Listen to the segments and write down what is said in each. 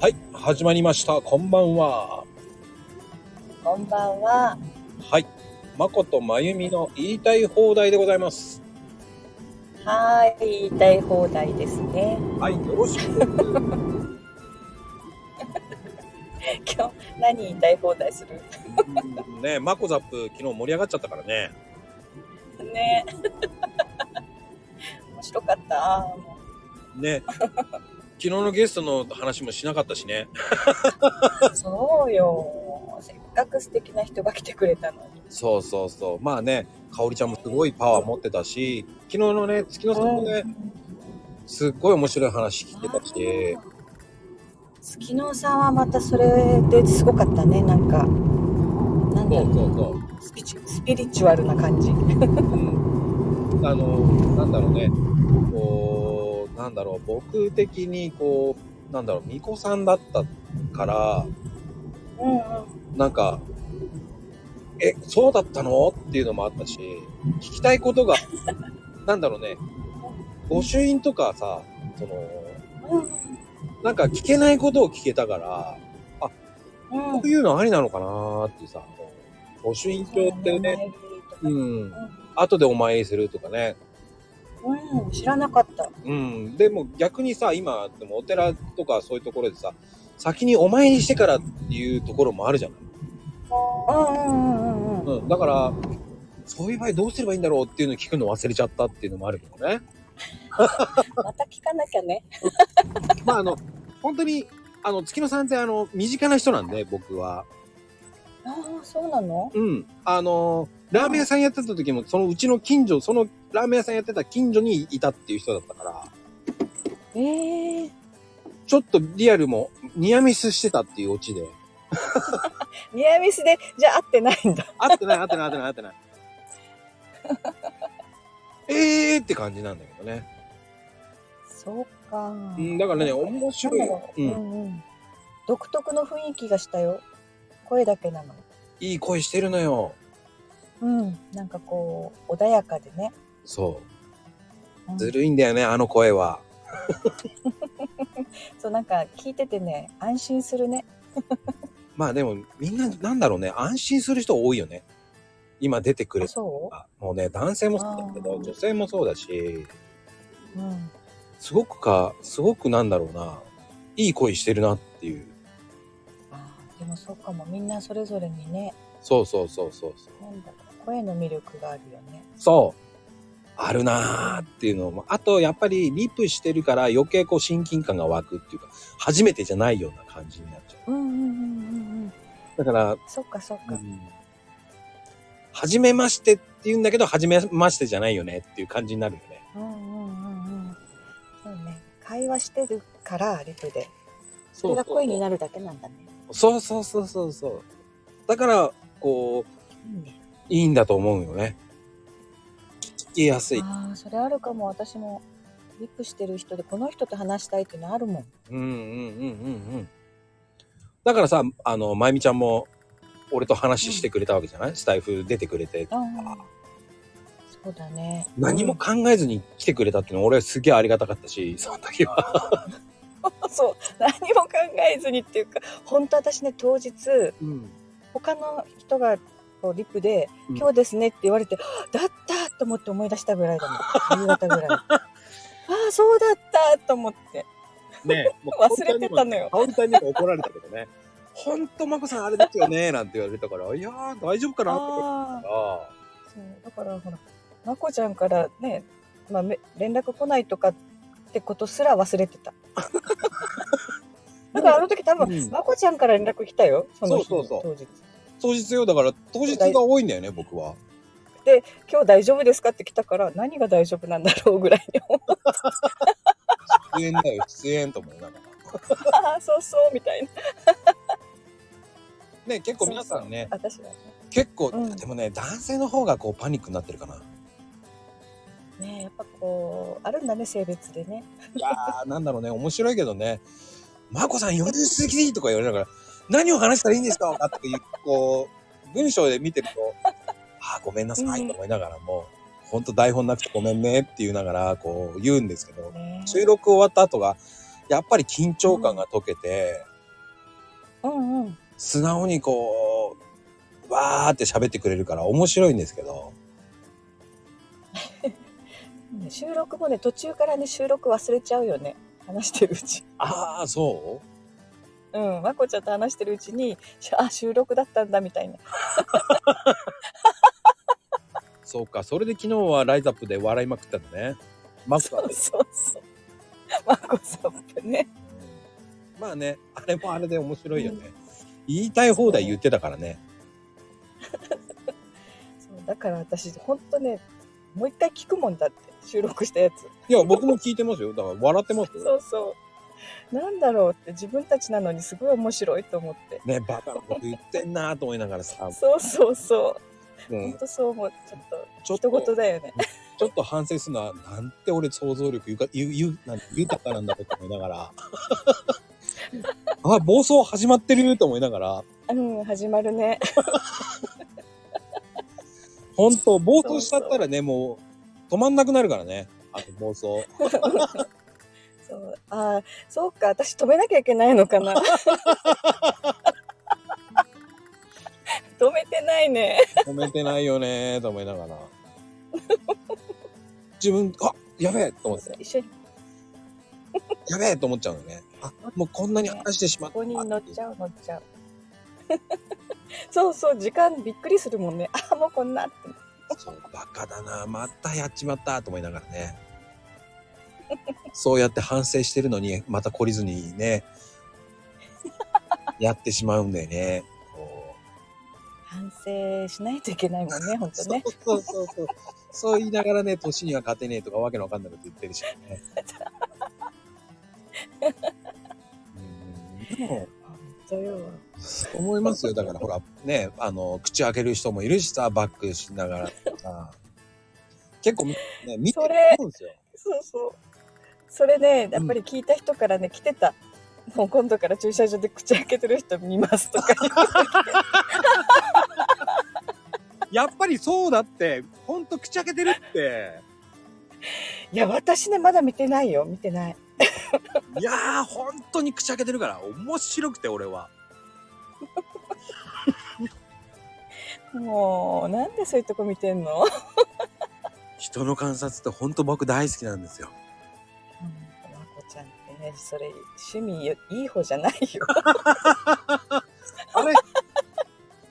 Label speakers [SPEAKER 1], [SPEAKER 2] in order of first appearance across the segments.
[SPEAKER 1] はい、始まりました。こんばんは。
[SPEAKER 2] こんばんは。
[SPEAKER 1] はい、まことまゆみの言いたい放題でございます。
[SPEAKER 2] はーい、言いたい放題ですね。
[SPEAKER 1] はい、よろしく。
[SPEAKER 2] 今日何言いたい放題する？
[SPEAKER 1] ね、まこザップ、昨日盛り上がっちゃったからね。
[SPEAKER 2] ね。 面白かった。あーも
[SPEAKER 1] ね。昨日のゲストの話もしなかったしね。
[SPEAKER 2] うそうよ。せっかく素敵な人が来てくれたのに。
[SPEAKER 1] そうそうそう。まあね、かおりちゃんもすごいパワー持ってたし、昨日のね、月野さんもね、すっごい面白い話聞いてたし、
[SPEAKER 2] 月野さんはまたそれですごかったね。なんかなん
[SPEAKER 1] そ
[SPEAKER 2] だ
[SPEAKER 1] う
[SPEAKER 2] ろ
[SPEAKER 1] そうそう。
[SPEAKER 2] うスピチスピリチュアルな感じ。
[SPEAKER 1] うんあの、なんだろうね、こう、なんだろう、僕的に、こう、なんだろう、巫女さんだったから、
[SPEAKER 2] うんうん。
[SPEAKER 1] なんか、え、そうだったのっていうのもあったし、聞きたいことが、なんだろうね、御朱印とかさ、その、なんか聞けないことを聞けたから、
[SPEAKER 2] うん
[SPEAKER 1] こういうのありなのかなーってさ、御朱印帳ってね、
[SPEAKER 2] うん
[SPEAKER 1] うん、後でお参りするとかね、
[SPEAKER 2] うん、知らなかった。
[SPEAKER 1] うん、でも逆にさ、今、でもお寺とかそういうところでさ、先にお参りしてからっていうところもあるじゃない。
[SPEAKER 2] うんうんうんうんうん。
[SPEAKER 1] うん、だから、そういう場合どうすればいいんだろうっていうのを聞くの忘れちゃったっていうのもあるけど ね。
[SPEAKER 2] また聞かなきゃね。
[SPEAKER 1] まあ、あの、本当に、あの、月野さんってあの、身近な人なんで、僕は。
[SPEAKER 2] ああ、そうなの？
[SPEAKER 1] うん。あの、ラーメン屋さんやってた時も、そのうちの近所、そのラーメン屋さんやってた近所にいたっていう人だったから、
[SPEAKER 2] ええ
[SPEAKER 1] ちょっとリアルもニアミスしてたっていうオチで。
[SPEAKER 2] ニアミスで、じゃあ会ってないんだ。
[SPEAKER 1] 合ってない合ってない合ってない合ってない。 えーって感じなんだけどね。
[SPEAKER 2] そうか。
[SPEAKER 1] うん、だからね、面白いよ。う
[SPEAKER 2] うん
[SPEAKER 1] ん。
[SPEAKER 2] うん。独特の雰囲気がしたよ。声だけなの。
[SPEAKER 1] いい声してるのよ。
[SPEAKER 2] うん。なんかこう、穏やかでね。
[SPEAKER 1] そうう。
[SPEAKER 2] ん
[SPEAKER 1] ずるいんだよね、あの声は。
[SPEAKER 2] そう、なんか聞いててね、安心するね。
[SPEAKER 1] まあでも、みんな、なんだろうね、安心する人多いよね。今出てくれ
[SPEAKER 2] あ
[SPEAKER 1] た。
[SPEAKER 2] そ
[SPEAKER 1] もうね、男性もそうだけど、
[SPEAKER 2] あー
[SPEAKER 1] 女性もそうだし、
[SPEAKER 2] ううん。
[SPEAKER 1] すごくか、すごくなんだろうな、いい声してるなっていう。
[SPEAKER 2] あーでもそうかも。みんなそれぞれにね、
[SPEAKER 1] そうそうそうそうそう。
[SPEAKER 2] なんだろう、声の魅力があるよね。
[SPEAKER 1] そう。あるなーっていうのも。あと、やっぱりリプしてるから余計こう親近感が湧くっていうか、初めてじゃないような感じになっちゃ
[SPEAKER 2] うんうんうんうんうん。
[SPEAKER 1] う。だから、
[SPEAKER 2] そっかそっ
[SPEAKER 1] う
[SPEAKER 2] か。
[SPEAKER 1] ん、初めましてって言うんだけど、初めましてじゃないよねっていう感じになるよね。
[SPEAKER 2] うんうんうんうん。そうね。会話してるから、リプで。そ
[SPEAKER 1] そ
[SPEAKER 2] れが声に
[SPEAKER 1] な
[SPEAKER 2] なるだけなんだね。
[SPEAKER 1] そうそうそうそうそう。だから、こう、
[SPEAKER 2] いいね。
[SPEAKER 1] いいんだと思うよね。聞きやすい。
[SPEAKER 2] ああ、それあるかも。私もリップしてる人でこの人と話したいっていうのあるもん。
[SPEAKER 1] うんうんうんうんうん。だからさ、あの、まゆみちゃんも、俺と話してくれたわけじゃない、スタイフ出てくれて。
[SPEAKER 2] ああ。そうだね。
[SPEAKER 1] 何も考えずに来てくれたっていうの俺はすげえありがたかったし、その時は。
[SPEAKER 2] うん。そう。何も考えずにっていうか、本当私ね当日
[SPEAKER 1] うん。
[SPEAKER 2] 他の人がこうリップで
[SPEAKER 1] うん
[SPEAKER 2] 今日ですねって言われて、だったと思って思い出したぐらいだもん。夕方ぐ らい。ああそうだったと思って
[SPEAKER 1] ね も
[SPEAKER 2] 忘れてたのよ。
[SPEAKER 1] 本当に怒られたけ どね。ほんと、まこさんあれですよね、なんて言われたから、いやー、大丈夫かなって思っ
[SPEAKER 2] ああ
[SPEAKER 1] た。ら。
[SPEAKER 2] そうだからほらまこちゃんからね、まあ、め連絡来ないとかってことすら忘れ てただからあの時多分、
[SPEAKER 1] うん
[SPEAKER 2] まこちゃんから連絡来たよその日
[SPEAKER 1] そうそうそ
[SPEAKER 2] 当日
[SPEAKER 1] 当日よ、だから、当日が多いんだよね、僕は。
[SPEAKER 2] 今日大丈夫ですかって来たから何が大丈夫なんだろうぐらいに 思って
[SPEAKER 1] 出演だよ、 出演と思いながら。
[SPEAKER 2] ああそうそうみたいな
[SPEAKER 1] ね、結構皆さんね、
[SPEAKER 2] 私はね
[SPEAKER 1] 結構、
[SPEAKER 2] うん
[SPEAKER 1] でもね、男性の方がこうパニックになってるかな。
[SPEAKER 2] ねえやっぱこうあるんだね性別でね
[SPEAKER 1] いやー、なんだろうね、面白いけどね、まこさん40過ぎとか言われながら、何を話したらいいんですかっていう、こう、文章で見てると、あー、ごめんなさいと思いながらも、ほんと台本なくてごめんねって言いながら、こう言うんですけど、
[SPEAKER 2] ね
[SPEAKER 1] 収録終わった後が、やっぱり緊張感が解けて、
[SPEAKER 2] うんうん。
[SPEAKER 1] 素直にこう、わーって喋ってくれるから面白いんですけど、
[SPEAKER 2] 収録もね、途中からね、収録忘れちゃうよね。話してるうち。
[SPEAKER 1] ああ、そう
[SPEAKER 2] うん、まこちゃんと話してるうちに、しあ、収録だったんだみたいな。
[SPEAKER 1] そうか、それで昨日はライザップで笑いまくったのね。マスタ
[SPEAKER 2] そ
[SPEAKER 1] ー
[SPEAKER 2] う
[SPEAKER 1] です。
[SPEAKER 2] そうそう。まこさんってね。
[SPEAKER 1] まあね、あれもあれで面白いよね。言いたい放題言ってたからね。
[SPEAKER 2] そうだから私、ほんとね、もう一回聞くもんだって、収録したやつ。
[SPEAKER 1] いや、僕も聞いてますよ。だから笑ってますよ。
[SPEAKER 2] そうそう。なんだろうって自分たちなのにすごい面白いと思って。
[SPEAKER 1] ね、バカなこと言ってんなと思いながらさ、
[SPEAKER 2] そうそうそうう。ほん
[SPEAKER 1] ん、
[SPEAKER 2] とそう思う。ちょっと、
[SPEAKER 1] ちょっ
[SPEAKER 2] 人
[SPEAKER 1] と、
[SPEAKER 2] 事だよね。
[SPEAKER 1] ちょっと反省するのは、なんて俺想像力ゆかゆゆなん豊かなんだろうと思いながら。 あ、暴走始まってると思いながら、
[SPEAKER 2] うん、始まるね。
[SPEAKER 1] 本当暴走しちゃったらね、もう止まんなくなるからね。あの暴走。
[SPEAKER 2] そう。ああ、そうか。私止めなきゃいけないの かな。止めてないね。
[SPEAKER 1] 止めてないよねーと思いながら。自分、あやべえと思って、
[SPEAKER 2] 一緒に
[SPEAKER 1] やべえと思っちゃうのね。あもうこんなに話してしまっ
[SPEAKER 2] ここに乗っち
[SPEAKER 1] ゃ
[SPEAKER 2] ゃう乗っちゃう。そうそう、時間びっくりするもんね。ああ、もうこんなって。
[SPEAKER 1] そう、バカだな、またやっちまったと思いながらね。そうやって反省してるのに、また懲りずにね、やってしまうんだよね。こう
[SPEAKER 2] 反省しないといけない もんね、本当ね。
[SPEAKER 1] そうそうそうそう。そう言いながらね、年には勝てねえとかわけのわかんないこと言ってるしね。うんでも
[SPEAKER 2] そよ。
[SPEAKER 1] そう思いますよ。だからほら、ね、あの、口開ける人もいるしさ、バックしながらさ。結構み、ね、見て
[SPEAKER 2] そ
[SPEAKER 1] る
[SPEAKER 2] れ
[SPEAKER 1] と思うんですよ。
[SPEAKER 2] そうそう。それね、やっぱり聞いた人からね、来てた。もう今度から駐車場で口開けてる人見ますとか言って
[SPEAKER 1] やっぱりそうだって、ほんと口開けてるって。
[SPEAKER 2] いや、私ね、まだ見てないよ。見てない。
[SPEAKER 1] いやー、ほんとに口開けてるから、面白くて俺は。
[SPEAKER 2] もう、なんでそういうとこ見てんの、
[SPEAKER 1] 人の観察ってほんと僕大好きなんですよ。
[SPEAKER 2] まこちゃんってね、それ、趣味よいい方じゃないよ。
[SPEAKER 1] あれ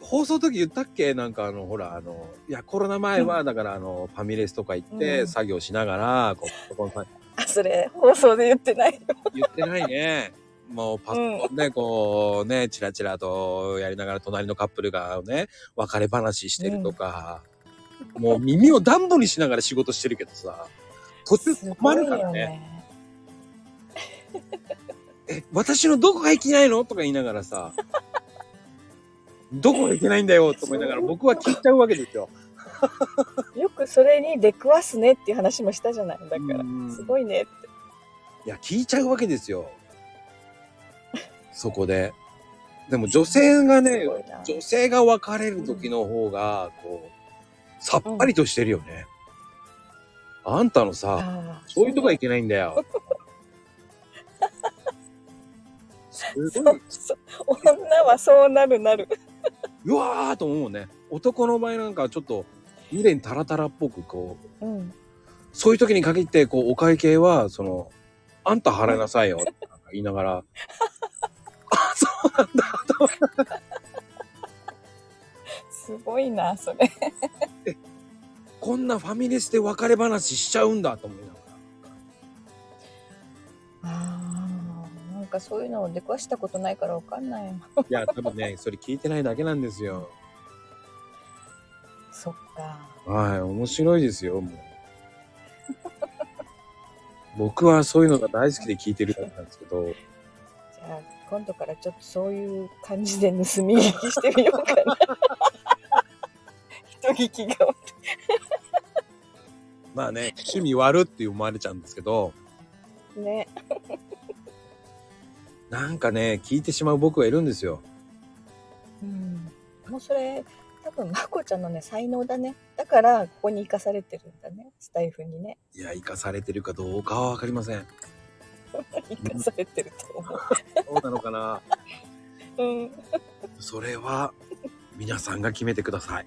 [SPEAKER 1] 放送時言ったっけなんかあの、ほら、あの、いや、コロナ前は、だからあの、ファミレスとか行って、
[SPEAKER 2] うん
[SPEAKER 1] 作業しながら、こう、この
[SPEAKER 2] あ、それ、放送で言ってないよ。
[SPEAKER 1] 言ってないね。もうパソコンでこうね、チラチラとやりながら隣のカップルがね、別れ話してるとか、もう耳をダンボにしながら仕事してるけどさ、途中止まるからね、え、私のどこがいけないのとか言いながら さ、どこがいけないんだよと思いながら僕は聞いちゃうわけですよ。
[SPEAKER 2] すごいよね。よくそれに出くわすねっていう話もしたじゃない。だから、
[SPEAKER 1] うん
[SPEAKER 2] すごいねって。
[SPEAKER 1] いや、聞いちゃうわけですよ。そこで。でも女性がね
[SPEAKER 2] す、ごいな
[SPEAKER 1] 女性が別れる時の方が、こう、さっぱりとしてるよね。あんたのさ、
[SPEAKER 2] あー
[SPEAKER 1] そういうとこはいけないんだよ。すご
[SPEAKER 2] そ
[SPEAKER 1] い。
[SPEAKER 2] うそう女はそうなるなる。
[SPEAKER 1] うわーと思うね。男の場合なんかはちょっと、未練タラタラっぽく、こう、
[SPEAKER 2] うん。
[SPEAKER 1] そういう時に限って、こう、お会計は、その、あんた払いなさい よ、なんか言いながら、あ、そうなんだ、と思って
[SPEAKER 2] すごいな、それ。
[SPEAKER 1] こんなファミレスで別れ話しちゃうんだと思いながら。
[SPEAKER 2] ああ、なんかそういうのを出くわしたことないからわかんない。
[SPEAKER 1] いや、多分ね、それ聞いてないだけなんですよ。
[SPEAKER 2] そっか。
[SPEAKER 1] はい、面白いですよ、もう。僕はそういうのが大好きで聞いてるだけなんですけど、
[SPEAKER 2] じゃあ今度からちょっとそういう感じで盗み聞きしてみようか な。人聞きが悪
[SPEAKER 1] まあね、趣味悪って思われちゃうんですけど、
[SPEAKER 2] いね。
[SPEAKER 1] なんかね、聞いてしまう僕はいるんですよ。
[SPEAKER 2] うん。もうそれ多分まこちゃんのね才能だねだからここに生かされてるんだねスタイフにね
[SPEAKER 1] いや、生かされてるかどうかはわかりません。
[SPEAKER 2] 生かされてると思
[SPEAKER 1] そうなのかな
[SPEAKER 2] う、うん、
[SPEAKER 1] それは、皆さんが決めてくだ さい。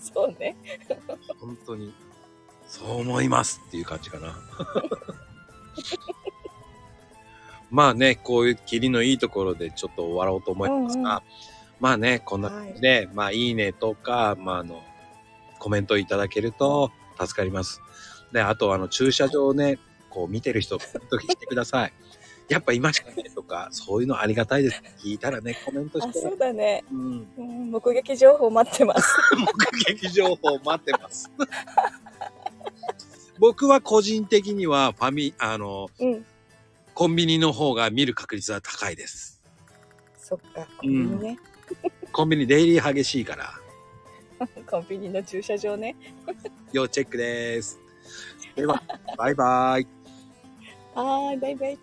[SPEAKER 2] そうね
[SPEAKER 1] 本当に。そう思いますっていう感じかな。 まあね、こういう霧のいいところでちょっと終わろうと思いますが、
[SPEAKER 2] うんう
[SPEAKER 1] まあね、こんな感じで、まあいいねとか、まああの、コメントいただけると助かります。で、あとあの、駐車場ね、こう見てる人、コメント来てください。やっぱいましたねとか、そういうのありがたいです。聞いたらね、コメント
[SPEAKER 2] あ
[SPEAKER 1] して。
[SPEAKER 2] そうだね、
[SPEAKER 1] うん。
[SPEAKER 2] うん、目撃情報待ってます
[SPEAKER 1] 目撃情報待ってます。 僕は個人的にはファミ、あの、
[SPEAKER 2] うん
[SPEAKER 1] コンビニの方が見る確率は高いです。
[SPEAKER 2] そっかコンビニね、
[SPEAKER 1] コンビニ出入り激しいから、
[SPEAKER 2] コンビニの駐車場ね
[SPEAKER 1] 要チェックです。では、バイバイ。
[SPEAKER 2] はーいバイバイ